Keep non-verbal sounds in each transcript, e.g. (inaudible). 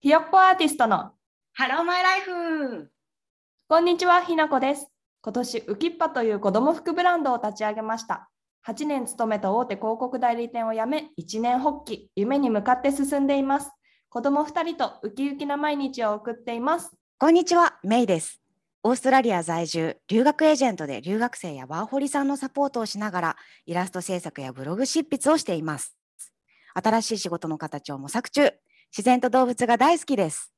ひよっこアーティストのハローマイライフこんにちはひなこです今年ウキッパという子供服ブランドを立ち上げました8年勤めた大手広告代理店を辞め1年発起夢に向かって進んでいます子供2人とウキウキな毎日を送っていますこんにちは、メイです。オーストラリア在住、留学エージェントで留学生やワーホリさんのサポートをしながら、イラスト制作やブログ執筆をしています。新しい仕事の形を模索中、自然と動物が大好きです。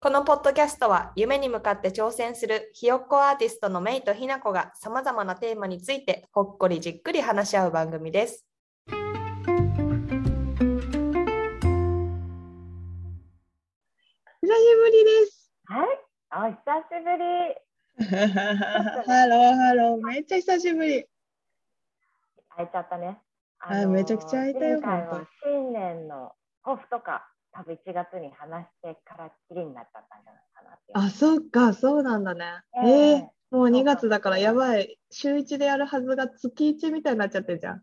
このポッドキャストは夢に向かって挑戦するひよっこアーティストのメイとひなこがさまざまなテーマについてほっこりじっくり話し合う番組です。久しぶりです。お久しぶり (laughs) ハローハロー、めっちゃ久しぶり。会えちゃったね。あめちゃくちゃ会えたよ前回は本新年の抱負とか、多分1月に話してからっきりになっちゃったんじゃないかなっていう。あ、そっか、そうなんだね。ええーもう2月だからやばい。週1でやるはずが月1みたいになっちゃってるじゃん。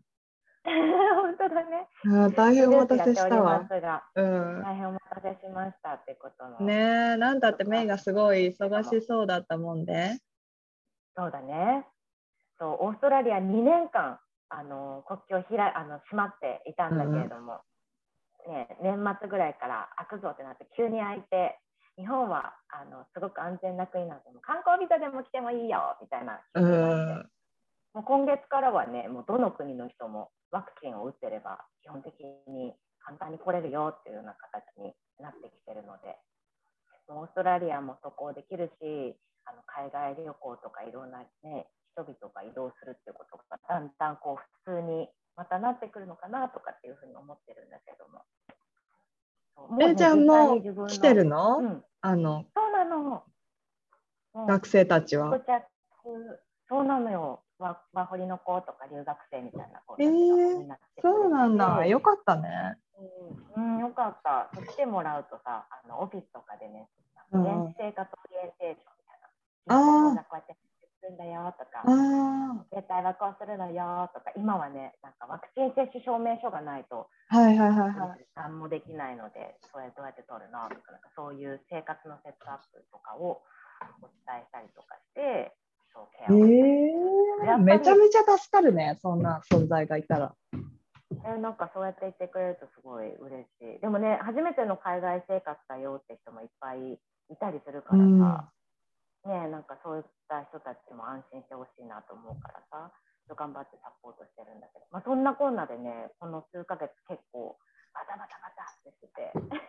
え (laughs) 本当だね。あー大変お待たせしたわニ。ュースやっておりうんますが。大変お待たせしましたってことの。ねえ、なんだってメイがすごい忙しそうだったもんで。そうだね。そうオーストラリア2年間あの国境ひらあの閉まっていたんだけれども、ね、年末ぐらいから開くぞってなって急に開いて日本はあのすごく安全な国なので観光ビザでも来てもいいよみたいなう人がいて、ん。もう今月からはねもうどの国の人もワクチンを打ってれば基本的に簡単に来れるよっていうような形になってきてるのでもうオーストラリアも渡航できるしあの海外旅行とかいろんな、ね、人々が移動するっていうことがだんだんこう普通にまたなってくるのかなとかっていうふうに思ってるんだけども。そうもうねメイちゃんも実際に自分の来てるうのん、あの、そうなの。うん学生たち到は。着そうなのよワワホリの子とか留学生みたいな子たちえがーみんな来てくれててそうなんだ。よかったね。うん、よかったそう来てもらうとさあのオフィスとかでねう現ん地生活オリエンテーションみたいなあー今こんなこうやって進んだよとかあ絶対はこうするのよとか今はねなんかワクチン接種証明書がないとあ。はいはいはいはい。何もできないのでそれどうやって取るのとかなんかそういう生活のセットアップとかをお伝えしたりとかしてそうケえアをやー、っぱりめちゃめちゃ助かるね、そんな存在がいたら。えなんかそうやって言ってくれるとすごい嬉しい。でもね、初めての海外生活だよって人もいっぱいいたりするからさ、ねなんかそういった人たちも安心してほしいなと思うからさ、ちょっと頑張ってサポートしてるんだけど、まあ、そんなこんなでね、この数ヶ月結構バタバタバタって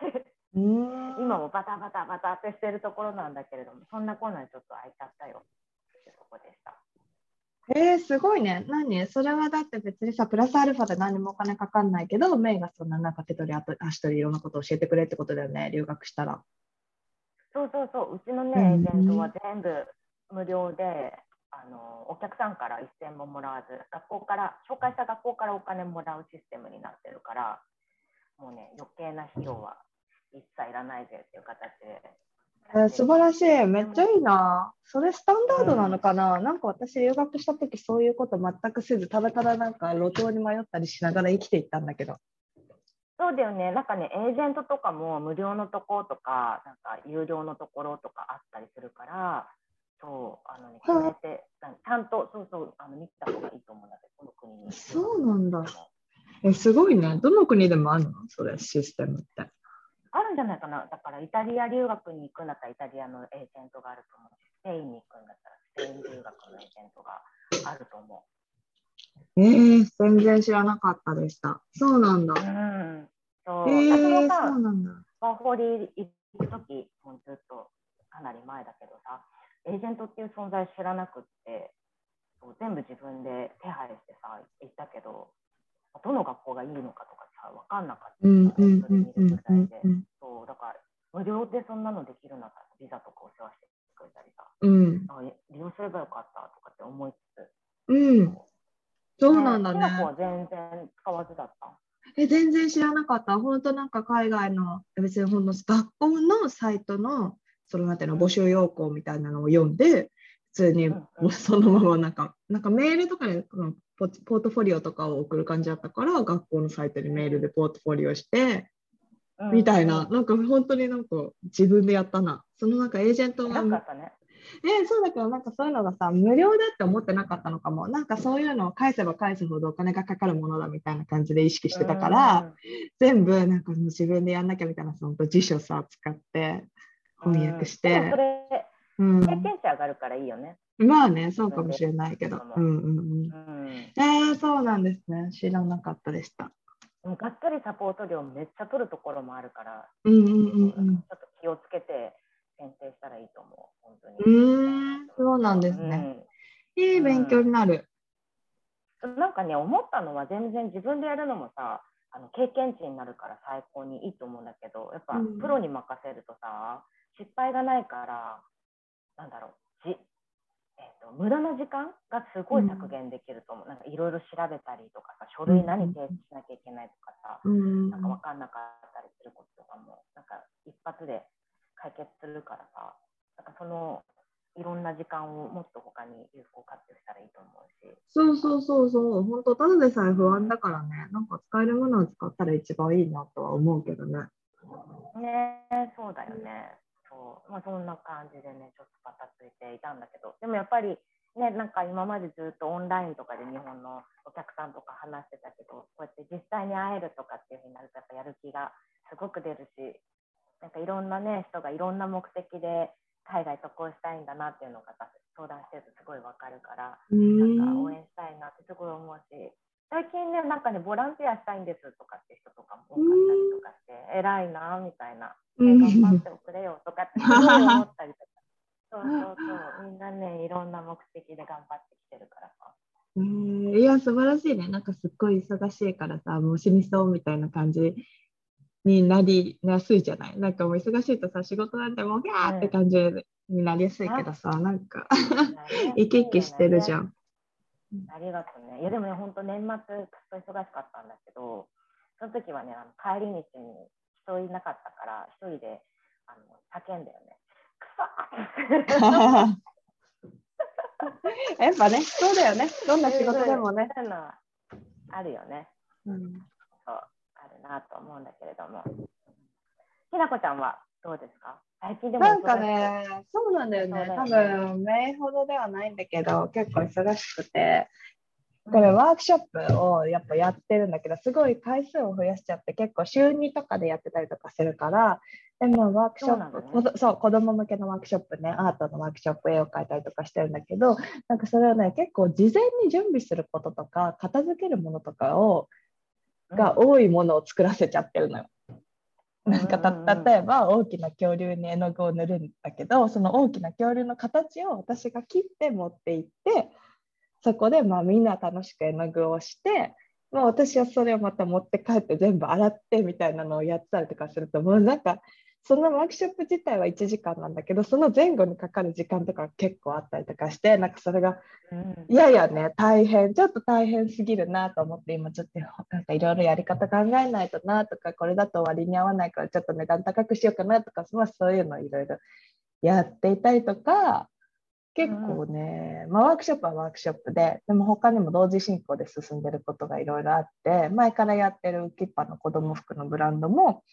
してて、うん今もバタバタバタってしてるところなんだけれども、そんなこんなでちょっと空いちゃったよってとこでした。えー、すごいね。何それはだって別にさ、プラスアルファで何もお金かかんないけど、メイがそんな中手取り足取りいろんなことを教えてくれってことだよね、留学したら。そうそうそう、うちのね、うんエージェントは全部無料で、あのお客さんから一銭ももらわず、学校から、紹介した学校からお金もらうシステムになってるから、もうね、余計な費用は一切いらないぜっていう形で。えー素晴らしい。めっちゃいいな。それスタンダードなのかな、なんか私留学した時そういうこと全くせず、ただただなんか路頭に迷ったりしながら生きていったんだけど。そうだよね、なんかね、エージェントとかも無料のとことか、なんか有料のところとかあったりするから、そう、あのね、決めて、なんちゃんと、そうそう、あの見た方がいいと思うんだけど、この国に。そうなんだえすごいね。どの国でもあるのそれ、システムって。あるんじゃないかな。だからイタリア留学に行くんだったらイタリアのエージェントがあると思うし、スペインに行くんだったらスペイン留学のエージェントがあると思う。えー、全然知らなかったでした。そうなんだ。うん。そえー、そう。私もうさ、なんだ。ワーホリ行くとき、もうずっとかなり前だけどさ、エージェントっていう存在知らなくって、そう全部自分で手配してさ、行ったけど、どの学校がいいのかとかさ、分かんなかった。うんうんうんそうれ見んるくうらいんでうん。そうだから無料でそんなのできるんだったらビザとかお世話してくれたりさうんあ利用すればよかったとかって思いつつうん、そうなんだきな子はね。全然使わずだったえ全然知らなかった。本当なんか海外の別にほんの学校のサイトのそのなんていうの募集要項みたいなのを読んで普通にうんもうんうそのままなんかなんかメールとかでこのポポートフォリオとかを送る感じだったから学校のサイトにメールでポートフォリオしてうんみたいな、なんか本当になんか自分でやったな。そのなんかエージェントながんかあったね。ね、そうだけどなんかそういうのがさ無料だって思ってなかったのかもなんかそういうのを返せば返すほどお金がかかるものだみたいな感じで意識してたから、全部なんかもう自分でやんなきゃみたいなその辞書さ使ってうん、翻訳しうんでても、うんそれ、経験値上がるからいいよね。まあねそうかもしれないけど、うんうんうん、うん。えー、そうなんですね知らなかったでしたでもがっつりサポート料めっちゃ取るところもあるから、うんうんうんちょっと気をつけて選定したらいいと思う。本当に。うんうーんそうなんですね、いい勉強になる、うん。なんかね、思ったのは全然自分でやるのもさ、あの経験値になるから最高にいいと思うんだけど、やっぱうんプロに任せるとさ、失敗がないから、なんだろう、じえっと無駄な時間がすごい削減できると思う。なんかいろいろ調べたりとかさ、書類何提出しなきゃいけないとかさ、うんなんか分かんなかったりすることとかも、なんか一発で解決するからさ、なんかそのいろんな時間をもっと他に有効活用したらいいと思うし、そうそうそうそう、本当ただでさえ不安だからね、なんか使えるものを使ったら一番いいなとは思うけどね。ねえ、そうだよね。そうまあ、そんな感じでね、ちょっとバタついていたんだけど、でもやっぱり、ね、なんか今までずっとオンラインとかで日本のお客さんとか話してたけど、こうやって実際に会えるとかっていうふうになると、やっぱやる気がすごく出るし、なんかいろんなね、人がいろんな目的で海外渡航したいんだなっていうのが相談してるとすごいわかるから、なんか応援したいなってすごい思うし、最近ね、なんかね、ボランティアしたいんですとかって人とかも多かったりとかして、偉いなみたいな、うえん頑張っておくれよとかってすごい思ったりと (laughs) か、そうそうそう、みんなね、いろんな目的で頑張ってきてるからさ。えーいや、素晴らしいね。なんかすっごい忙しいからさ、もう死にそうみたいな感じになりやすいじゃない。なんかもう忙しいとさ、仕事なんてもうギャーって感じになりやすいけどさ、なんか生き生きしてるじゃん。ん。ありがとうね。いや、でもね、本当年末、ずっと忙しかったんだけど、その時はね、あの帰り道に人いなかったから、一人であの叫んだよね。くそー (laughs) やっぱね、そうだよね。どんな仕事でもね。そういうのはあるよね。うんそうあるなと思うんだけれども。きなこちゃんはどうですか最近でもなんかね、そうなんだよね。多そうだよ分、メインほどではないんだけど、結構忙しくて、これワークショップをやっぱやってるんだけど、すごい回数を増やしちゃって、結構週2とかでやってたりとかするから、でもワークショそうなッのプねこどそう、子供向けのワークショップね、アートのワークショップ、絵を描いたりとかしてるんだけど、なんかそれをね、結構事前に準備することとか、片付けるものとかを、が多いものを作らせちゃってるのよ。なんかうんうんうたん例えば大きな恐竜に絵の具を塗るんだけどその大きな恐竜の形を私が切って持って行ってそこでまあみんな楽しく絵の具をして、まあ、私はそれをまた持って帰って全部洗ってみたいなのをやったりとかするともうなんかそのワークショップ自体は1時間なんだけどその前後にかかる時間とか結構あったりとかしてなんかそれがうんいやいやね、大変、ちょっと大変すぎるなと思って、今ちょっとなんかいろいろやり方考えないとなとか、これだと割に合わないから、ちょっと値段高くしようかなとか、まあ、そういうのをいろいろやっていたりとか、結構ね、まあ、ワークショップはワークショップで、でも他にも同時進行で進んでることがいろいろあって、前からやってるウキッパの子供服のブランドも、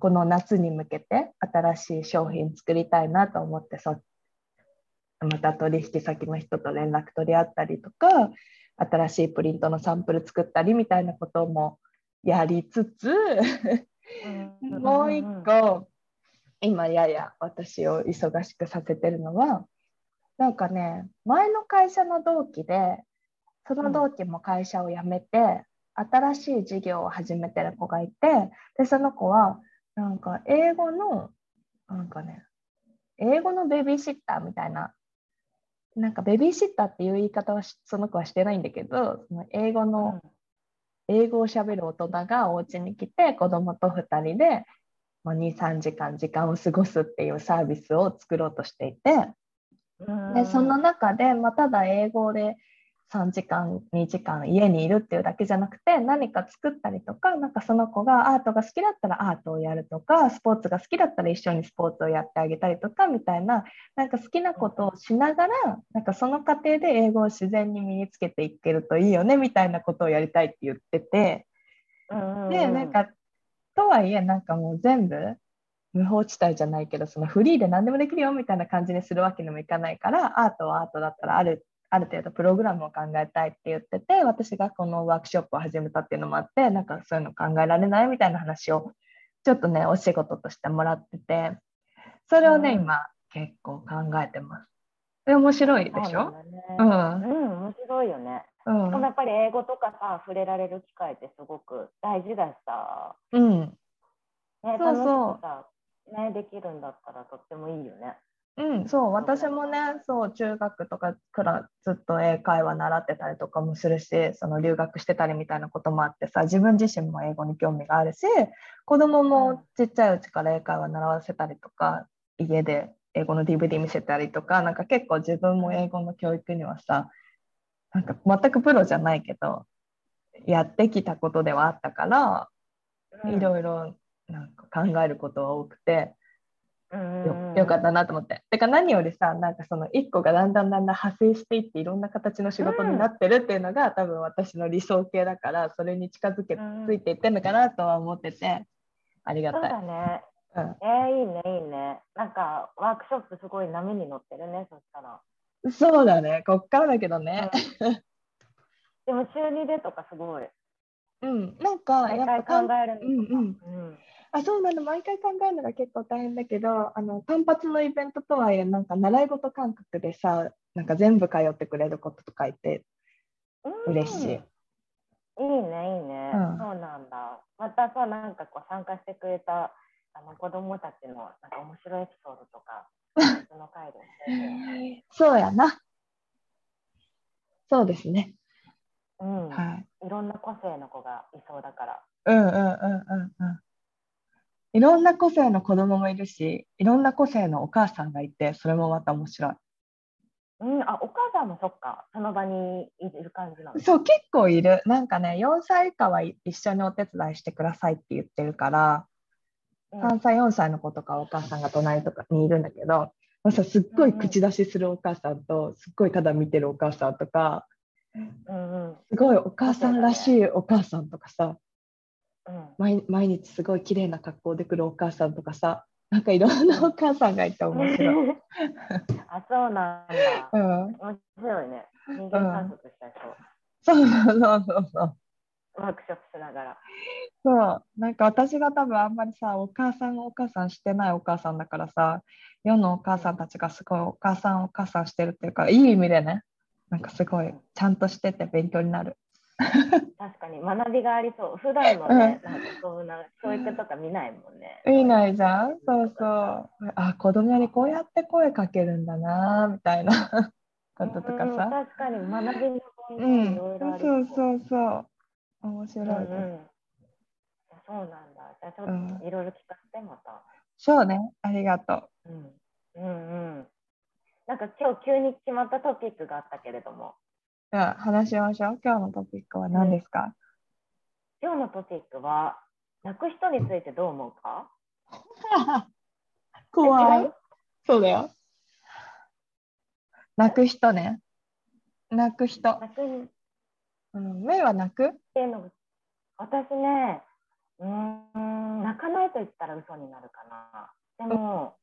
この夏に向けて新しい商品作りたいなと思って、そっまた取引先の人と連絡取り合ったりとか新しいプリントのサンプル作ったりみたいなこともやりつつうんもう一個今やや私を忙しくさせてるのはなんかね前の会社の同期でその同期も会社を辞めて新しい事業を始めてる子がいてでその子はなんか英語のなんかね英語のベビーシッターみたいななんかベビーシッターっていう言い方はしその子はしてないんだけどその英語うの、ん英語をしゃべる大人がお家に来て子供と2人で23時間時間を過ごすっていうサービスを作ろうとしていてうんでその中で、まあ、ただ英語で3時間2時間家にいるっていうだけじゃなくて何か作ったりとかなんかその子がアートが好きだったらアートをやるとかスポーツが好きだったら一緒にスポーツをやってあげたりとかみたいななんか好きなことをしながらなんかその過程で英語を自然に身につけていけるといいよねみたいなことをやりたいって言ってて。うんうんうんでなんかとはいえなんかもう全部無法地帯じゃないけどそのフリーで何でもできるよみたいな感じにするわけにもいかないからアートはアートだったらあるある程度プログラムを考えたいって言ってて私がこのワークショップを始めたっていうのもあってなんかそういうの考えられないみたいな話をちょっとねお仕事としてもらっててそれをね、うん今結構考えてます。で面白いでしそうょなんうだねん、うん、面白いよね。うんしかもやっぱり英語とかさ、触れられる機会ってすごく大事だしさ、うんね、そう楽しそうくさ、ね、できるんだったらとってもいいよね。うん、そう私もねそう中学とかからずっと英会話習ってたりとかもするしその留学してたりみたいなこともあってさ自分自身も英語に興味があるし子供もちっちゃいうちから英会話習わせたりとか家で英語の DVD 見せたりとかなんか結構自分も英語の教育にはさなんか全くプロじゃないけどやってきたことではあったからいろいろなんか考えることは多くて。よよかったなと思って。てか何よりさなんかその1個がだんだんだんだん派生していっていろんな形の仕事になってるっていうのが、多分私の理想形だからそれに近づけ、うんついていってんのかなとは思っててありがそうたい。だね。うんえー、いいね、いいね。なんか、ワークショップすごい波に乗ってるね、そしたら。そうだねこっからだけどね。でも、中二でとかすごい。うん、なんかや毎っぱ回かん考えるのとか。うんうんあそうなの毎回考えるのが結構大変だけどあの単発のイベントとはいえなんか習い事感覚でさなんか全部通ってくれることとかいてうん嬉しい。いいねいいね、うんそうなんだまたさなんかこう参加してくれたあの子供たちのなんか面白いエピソードとかその回で教えてそうやな。そうですね。よ、うん (laughs) はい。い、ろんな個性の子がいそうだからうんうんうんうんうん。いろんな個性の子供もいるし、いろんな個性のお母さんがいて、それもまた面白うんあお母さんもそっかその場にいる感じなのい。そう、結構いる。なんかね、4歳以下はい一緒にお手伝いしてくださいって言ってるから、うん3歳、4歳の子とかお母さんが隣とかにいるんだけど、まあさすっごい口出しするお母さんと、すっごいただ見てるお母さんとか、うんうんすごいお母さんらしいお母さんとかさ、うん毎毎日すごい綺麗な格好で来るお母さんとかさ、なんかいろんなお母さんがいて面白い。 (laughs) あそうなんだうん面白いね人間観察したりそう、そうそうそうそうそう。ワークショップしながらそうなんか私が多分あんまりさお母さんお母さんしてないお母さんだからさ世のお母さんたちがすごいお母さんお母さんしてるっていうかいい意味でねなんかすごいちゃんとしてて勉強になる確かに学びがありそう普段もね、なんかそんな教育とか見ないもんね見ないじゃんそうそうあ子供にこうやって声かけるんだなみたいなこととかうんさ確かに学びのポインうトんいそうろいろあそりうそう面白ういんうんです、そうなんだじゃあちょっといろいろ聞かせてまた、そうねありがとうん、うんうんなんか今日急に決まったトピックがあったけれどもうでは話しましょう今日のトピックは何ですか、今日のトピックは泣く人についてどう思うか (laughs) 怖え違。いうそうだよ。泣く人ね。泣く人。泣くっうん、メイは泣くていうのが私ねうーん泣かないと言ったら嘘になるかなでも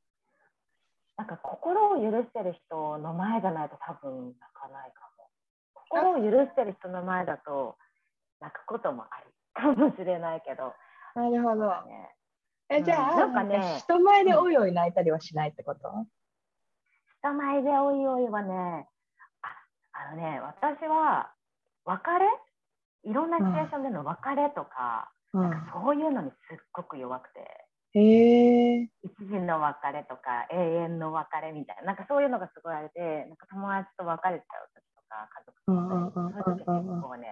なんか心を許してる人の前じゃないと多分泣かないかも心を許してる人の前だと泣くこともありかもしれないけど、なるほど。ね、え、じゃあ、うんなんかね人前でおいおい泣いたりはしないってこと、人前でおいおいはねああのね私は別れいろんなシチュエーションでの別れとか、うん、そういうのにすっごく弱くて。へえ。一時の別れとか永遠の別れみたいななんかそういうのがすごいあれでなんか友達と別れちゃう時とか家族うんうんうんうんとかそういうんう時結構ね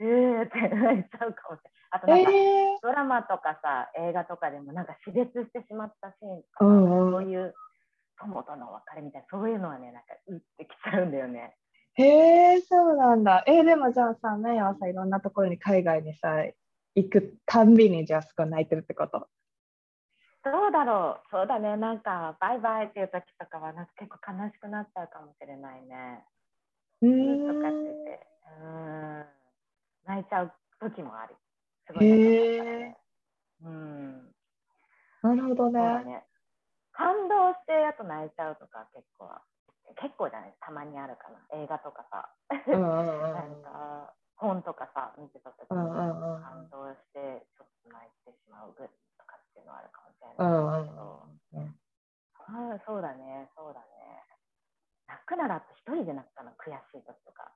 うーって泣いちゃうかもしれないあとなんか、えドラマとかさ映画とかでもなんか死別してしまったシーンとか、うんうんそういう友との別れみたいなそういうのはねなんかうってきちゃうんだよねー、へえ、そうなんだ。えでもじゃあさ、メイはさ、いろんなところに海外にさ、行くたんびにじゃあすごい泣いてるってことどうだろうそうだねなんかバイバイっていう時とかはなんか結構悲しくなっちゃうかもしれないねうとかってーん。て、うん、泣いちゃう時もある。すへいー泣いちゃったからねうん。なるほどそうだね。ね。感動してあと泣いちゃうとか結構は結構じゃないたまにあるかな映画とかさ、うんうんうんうんなんか本とかさ見てた時うにんうんうん感動してちょっと泣いてしまうぐらいとかっていうのはあるかもうしれなんうんいけど、うんうんうんそうだねそうだね泣くならって一人で泣くかな悔しい時とか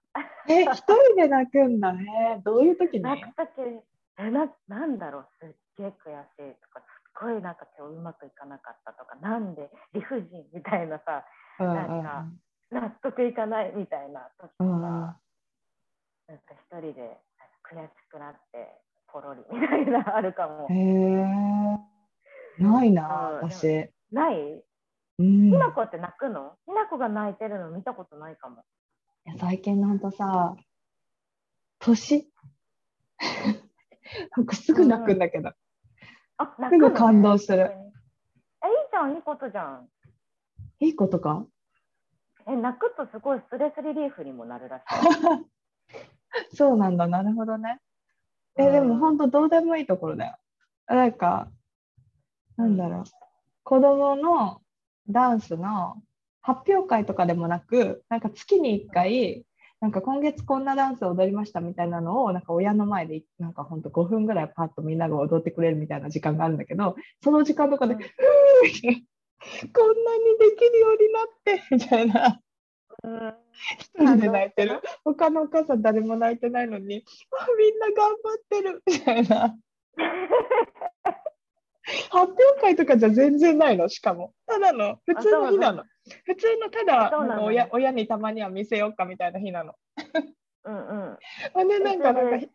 え、一人で泣くんだね。どういう時に泣く時えななんだろうすっげえ悔しいとかすっごいなんか今日うまくいかなかったとかなんで理不尽みたいなさ (laughs) うんうんなんか納得いかないみたいな時とうか、んうんなんか一人でなんか悔しくなってポロリみたいなあるかも (laughs) へ。え。ないな、うん私。ないうんひなこって泣くのひなこが泣いてるの見たことないかも。いや最近のほんとさ年 (laughs) なんかすぐ泣くんだけど、あ、泣くの、すぐ感動する本当に。え、いいじゃん、いいことじゃん。いいことかえ、泣くとすごいストレスリリーフにもなるらしい。そうなんだなるほどねえ、うんでもほんとどうでもいいところだよなんかなんだろう、子供のダンスの発表会とかでもなくなんか月に1回なんか今月こんなダンスを踊りましたみたいなのをなんか親の前でなんかほんと5分ぐらいパッとみんなが踊ってくれるみたいな時間があるんだけどその時間とかでうんみたいなこんなにできるようになってみたいなうん一人で泣いてる他のお母さん誰も泣いてないのにあみんな頑張ってるみたい (laughs) な発表会とかじゃ全然ないのしかもただの普通の日なの普通のただそうなのあの親親にたまには見せようかみたいな日なのうんうん。ほんでなんかそなれんか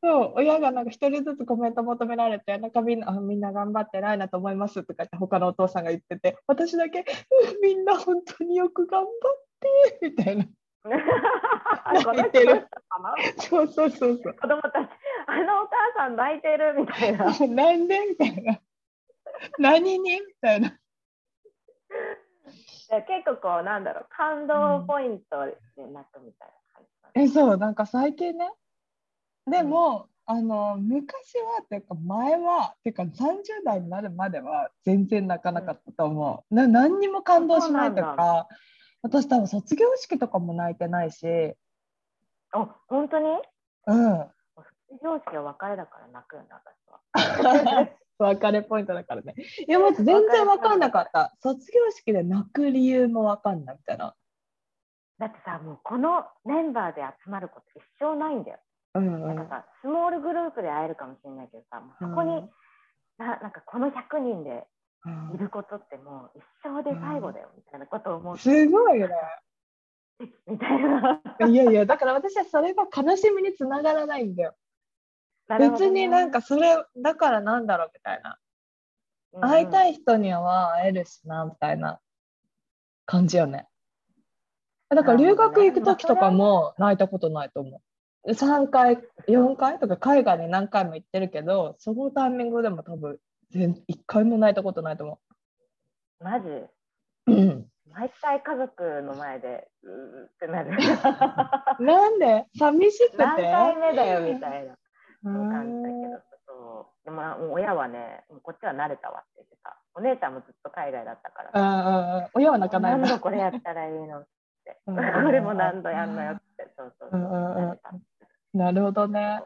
そう親がなんか一人ずつコメント求められてなんかみんなあみんな頑張ってないなと思いますとかって他のお父さんが言ってて私だけうんみんな本当によく頑張ってみたいな (laughs) 泣いてるこの人そのうそうそうそう子供たち、あのお母さん泣いてるみたい (laughs) な。なんでみたいな。何にみたいな。結構こう、なんだろう、感動ポイントで泣くみたいな感じなんだ。え、そう、なんか最近ね。でも、あの、昔はっていうか、前はっていうか、30代になるまでは全然泣かなかったと思う。な何にも感動しないとそうなんか、私多分卒業式とかも泣いてないし、あ、本当にうん。卒業式は別れだから泣くんだ、私は。 (laughs) 別れポイントだからね。いや、まず全然分かんなかった。卒業式で泣く理由も分かんないみたいな。だってさ、もうこのメンバーで集まること一生ないんだよ。うんうなんんかさ、スモールグループで会えるかもしれないけどさ、もうそこに、うんななんかこの100人でうんいることってもう一生で最後だよみたいなことを思う、すごいよね。みたいな。いやいや、だから私はそれが悲しみにつながらないんだよ。なるほど別ねになん、かそれ、だからなんだろうみたいな。うん会いたい人には会えるしな、みたいな感じよね。だから留学行く時とかも泣いたことないと思う。3回、4回とか海外に何回も行ってるけど、そのタイミングでも多分全、1回も泣いたことないと思マジう。うん (clears throat) 毎回家族の前でうーって (laughs) なる。なんで寂しくて何回目だよみたいなうん感じだけど。そうでもなもう親はね、もうこっちは慣れたわって言ってた。お姉ちゃんもずっと海外だったからうさ。んうんうん親は泣かないん何だ度これやったらいいのって。うこん (laughs) れも何度やんのよって。そうそうそう。うんうんうん慣れたなるほどね。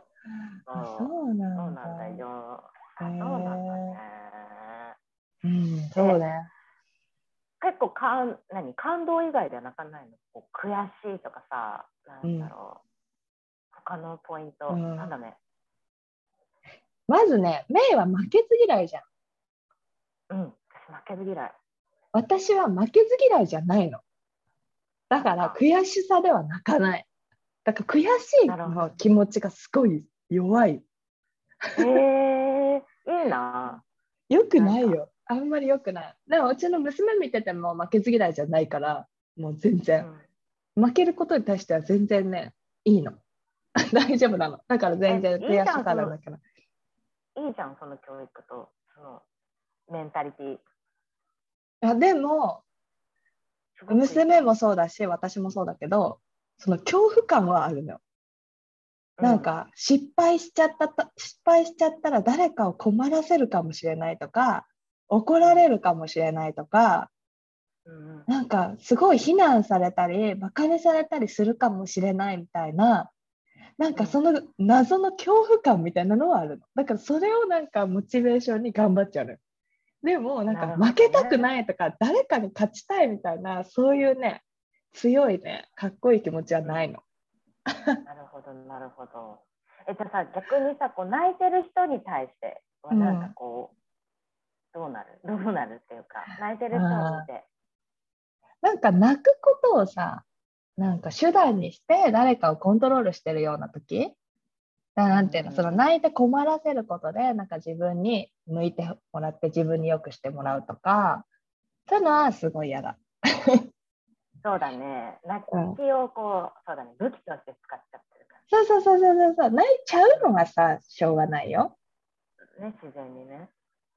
あそそううなそうんだ。なんだよ。あへそうーなんだね。うん、そうね。結構かん何感動以外では泣かないのこう悔しいとかさなんだろう、他のポイント、うんなんだねまずね、メイは負けず嫌いじゃん。うん私負け (laughs) ず嫌い私は負けず嫌いじゃないの。だから悔しさでは泣かない。だから悔しいなるほど気持ちがすごい弱い。へえいいなよくないよ。あんまりよくない。でもうちの娘見てても負けず嫌いじゃないから、もう全う然。ん負けることに対しては全然ね、いいの。 (laughs) 大丈夫なの。だから全然え悔いいじゃしんさからだから。いいじゃんその教育とそのメンタリティあでも、すごくいい娘もそうだし私もそうだけどその恐怖感はあるのよなんか失敗しちゃったた失敗しちゃったら誰かを困らせるかもしれないとか怒られるかもしれないとかうんなんかすごい非難されたりバカにされたりするかもしれないみたいななんかその謎の恐怖感みたいなのはあるのだからそれをなんかモチベーションに頑張っちゃうのよでもなんなるかほどね負けたくないとか、誰かに勝ちたいみたいなそういうね強いねかっこいい気持ちはないの。なるほどなるほど。えっとさ逆にさこう泣いてる人に対してはうんなんかこう、どうなるどうなるっていうか泣いてる人を見て。なんか泣くことをさなんか手段にして誰かをコントロールしてるような時だなんていうのうんその泣いて困らせることでなんか自分に向いてもらって自分によくしてもらうとかそういうのはすごい嫌だ。そうだね。泣うんきをこうそうだね武器として使っちゃってるかそうそうそうそうそうそう泣いちゃうのがさしょうがないよ。らね自然にね。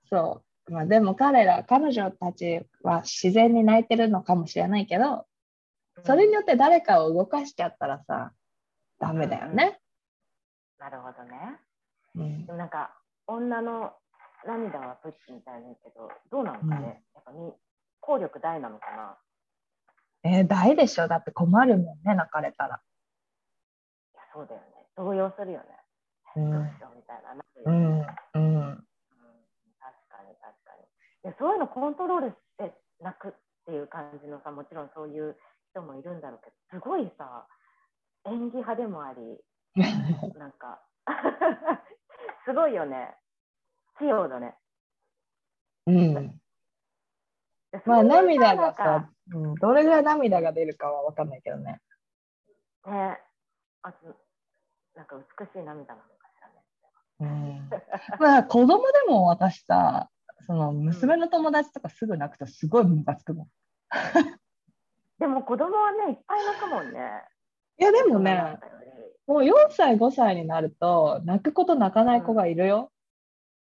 そう、まあ、でも彼ら彼女たちは自然に泣いてるのかもしれないけどそれにうんよって誰かを動かしちゃったらさダメだよね。なるほどね。うんでもなんか女の涙は武器みたいだけどどうなのかね。うんやっぱみ効力大なのかな。えー、大でしょだって困るもんね泣かれたら。いやそうだよね。動揺するよね。うんどうしようみたいな。なるようねんうんうん確かに確かにでそういうのコントロールして泣くっていう感じのさもちろんそういう人もいるんだろうけどすごいさ演技派でもありなんか (laughs) すごいよね器用だねうん、で (laughs) まあそういう涙がなんさか、うん、どれぐらい涙が出るかは分かんないけどねねあつなんか美しい涙なのかしらねうん (laughs) まあ子供でも私さその娘の友達とかすぐ泣くとすごいムカつくもんでも子供はねいっぱい泣くもんねいやでも大人ねだったよりもう4歳5歳になると泣くこと泣かない子がいるよ、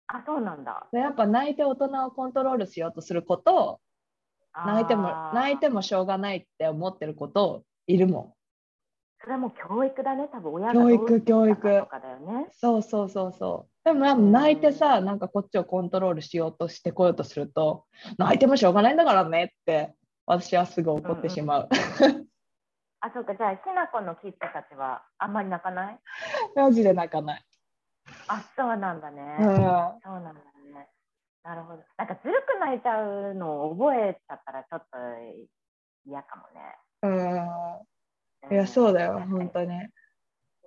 あそうなんだでやっぱ泣いて大人をコントロールしようとする子と泣いてもあー泣いてもしょうがないって思ってる子といるもんそれはもう教育だね多分親が教育どう教育育とかだよねそうそうそうそう。でもなんか泣いてさ、なんかこっちをコントロールしようとしてこようとすると、泣いてもしょうがないんだからねって、私はすぐ怒ってしまう。あ、そうか、じゃあ、きなこのキッズたちはあんまり泣かない。 (laughs) マジで泣かない。あ、そうなんだね。うん、そうなんだね。なるほど。なんかずるく泣いちゃうのを覚えちゃったら、ちょっと嫌かもうん、ね。いや、そうだよ、当本に当に。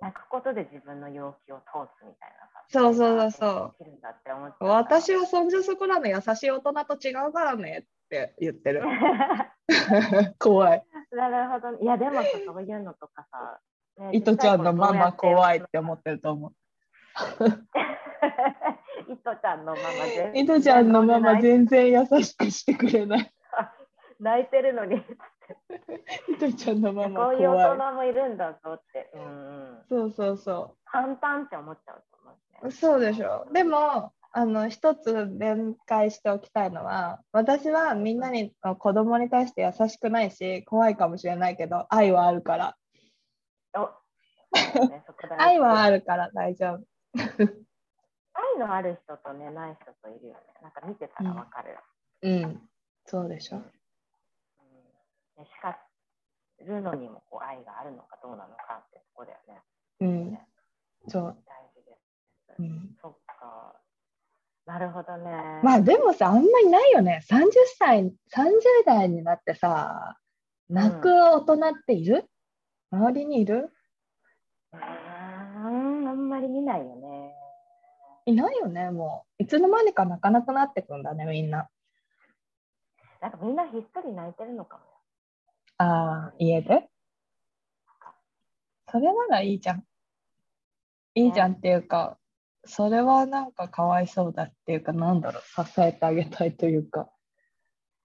泣くことで自分の要求を通すみたいなさ。。そうそうそうそうできるんだって思っちゃうから。私はそんじょそこらの優しい大人と違うからねって言って (laughs) る。怖い。なるほど。いや、でもさ、そういうのとかさ。ねいとちゃんのママ (laughs) 怖いっ。実際こて思うどうやってると思っていとちゃんのママ全う。然いとちゃんのママ泣い全然優しくしてくれない。泣いてるのに。いとちゃんのマこマういう大怖い。人もいるんだぞって、うん、そうそうそう。簡単って思っちゃうと思う、ね。そうでしょ。でもあの一つ弁解しておきたいのは私はみんなにあの子供に対して優しくないし怖いかもしれないけど愛はあるから (laughs) おそうねそこだね愛はあるから大丈夫愛のある人とね、ない人といるよね。なんか見てたらわかる。うんそうでしょうん、ね叱るのにもこう愛があるのかどうなのかってとこだよね。うんそう、大事です。うん、そっか。なるほどね。まあでもさあんまりないよね30歳30代になってさ泣く大人っている、周りにいるうーん、あんまり見ないよね。いないよねもういつの間にか泣かなくなってくんだねみんななんかみんなひっそり泣いてるのかもよ。ああ、家でそれならいいじゃん。いいじゃんっていうか、それはなんかかわいそうだっていうか、なんだろう、支えてあげたいというか。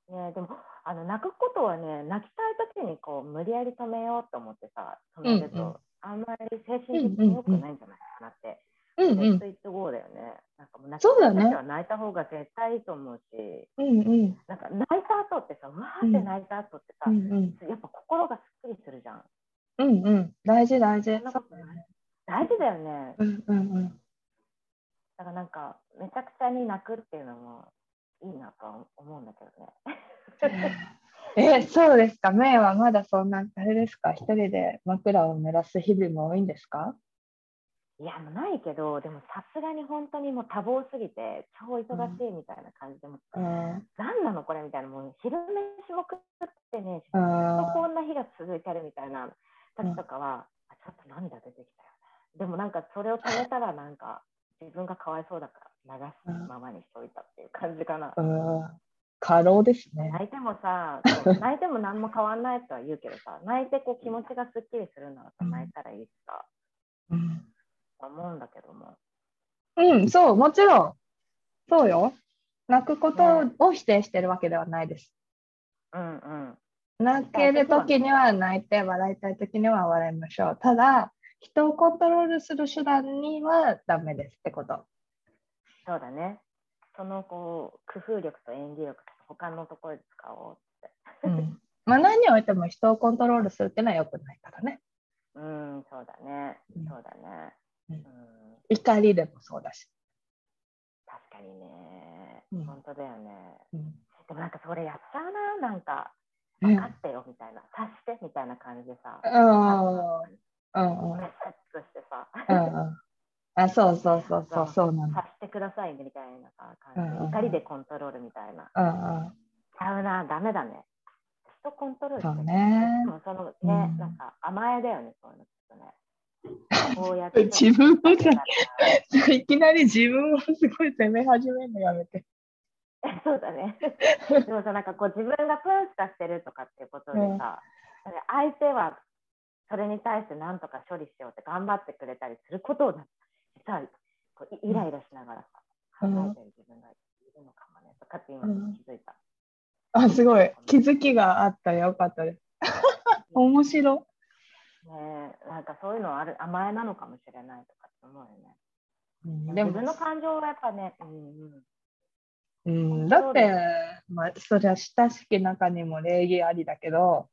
ね、でもあの泣くことはね泣きたい時にこう無理やり止めようと思ってさ止めると、うんうんあんまり精神的に良くないんじゃないかなって、うんう絶ん、対とゴーだよねなんかもう泣きそうただいね時は泣いた方が絶対いいと思うしうんうん、なんか泣いた後ってさうわーって泣いた後ってさ、うんうん、やっぱ心がすっきりするじゃんうんうん、大事大事。そんなこそとないう大事だよね。うんうんうんだからなんか、めちゃくちゃに泣くっていうのもいいなとは思うんだけどね。 (laughs) えそうですか、メイはまだそんな、あれですか、一人で枕を濡らす日々も多いんですかいや、もうないけど、でもさすがに本当にもう多忙すぎて、超忙しいみたいな感じで、もううん何なのこれみたいな、もう昼飯も食ってねえし、ずっとあこんな日が続いてるみたいな時とかは、あちょっと涙出てきたよね。でもなんかそれを止めたらなんか自分がかわいそうだから流すままにしといたっていう感じかな。ーうん過労ですね。泣いても (laughs) さ、こう泣いても何も変わんないとは言うけどさ、泣いてこう気持ちがすっきりするならさうん泣いたらいいしさ、うん、と思うんだけども。うんそう、もちろん。そうよ。泣くことを否定してるわけではないです。うんうん。泣ける時には泣いて、笑いたい時には笑いましょう。ただ、人をコントロールする手段にはダメですってこと。そうだね。そのこう工夫力と演技力と他のところで使おうって。うん、まあ何においても人をコントロールするってのは良くないからね。うん、そうだね。うんそうだね。ううんん、怒りでもそうだし。確かにね。うん本当だよね。うんでもなんかそれやっちゃうな、なんか、うん分かってよみたいな、察してみたいな感じでさ、うんうんうんメサッとしてさ、 (laughs) うんあそうそうそうそうそうなんだ。察してくださいねみたいなさ感じうんで、怒りでコントロールみたいな。うんうんちゃうな、ダメだね。人コントロールそうねでもそのね、うんなんか甘えだよね、そういうのき (laughs) っとね。こうやって。自分もじゃんえ (laughs) いきなり自分をすごい責め始めるのやめて。 (laughs) そうだね。でもさ、なんかこう自分がプンスカしてるとかっていうことでうんさ、相手はそれに対して何とか処理しようって頑張ってくれたりすることをさ、こうイイライラしながらさ、考うんえてる自分がいるのかもね、とかって今気づいた。あすごい気づきがあったよかったです。面白ねえなんかそういうのある甘えなのかもしれないとかって思うよね。い。でも自分の感情はやっぱね、うんうん、うん、だって、まあ、そりゃ親しき中にも礼儀ありだけど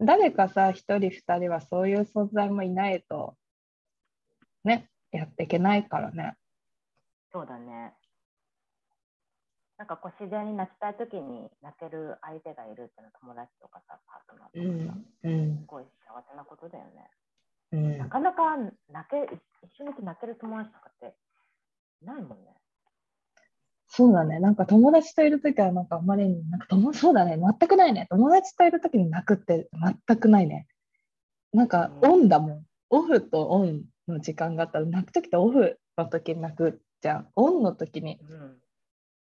誰かさ一人二人はそういう存在もいないとねやっていけないからね。そうだね。なんかこう自然に泣きたい時に泣ける相手がいるっていうのは友達とかさ、パートナーとかさ、うんすごい幸せなことだよね。うんなかなか泣け一緒に泣ける友達とかってないもんね。そうだねなんか友達といる時はなんかあんまりなんか友そうだね全くないね友達といる時に泣くって全くないねなんかうんオンだもんオフとオンの時間があったら泣く時ってオフの時に泣くじゃんオンの時にうん、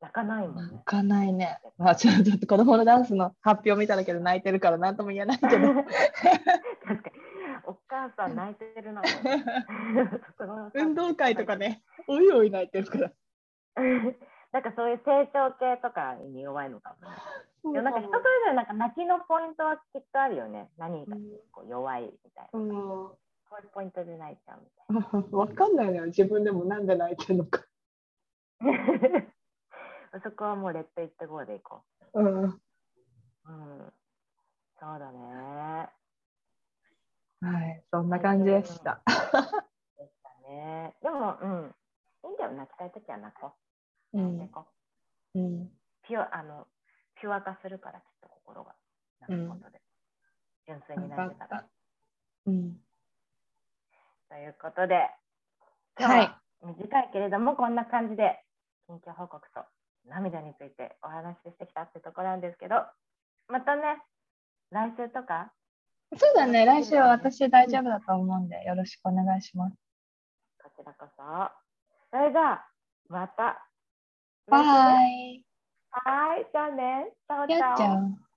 泣かないもん泣ね。かないね。まあちょちょっと子供のダンスの発表見ただけど泣いてるから何とも言えないけど。 (laughs) (laughs) 確かにお母さん泣いてるな。 (laughs) 運動会とか。ね、おいおい泣いてるから。 (laughs) なんかそういう成長系とかに弱いのかもね。でもなんか人それぞれなんか泣きのポイントはきっとあるよね。何がこう弱いみたいな。うんこういうポイントで泣いちゃうみたいわかんないのよ、自分でもなんで泣いてるのか。な。そこはもうレッドイットゴーでいこうん。う。うん。そうだね。はい、そんな感じでした。でしたね。でも、うん。いいんだよ。泣きたいときは泣こう。う泣いてんい。こう。うん。ピュア、あの、ピュア化するから、きっと心が。泣くことで。純粋にわかっ泣いてたらた。。うん。ということで、今はい日は短いけれども、こんな感じで、近況報告と涙についてお話ししてきたってところなんですけど、またね、来週とか、そうだね、来週は私大丈夫だと思うんで、よろしくお願いします。こちらこそ。それじゃあ、また。バイ。はい、じゃあね。さおやっちゃん。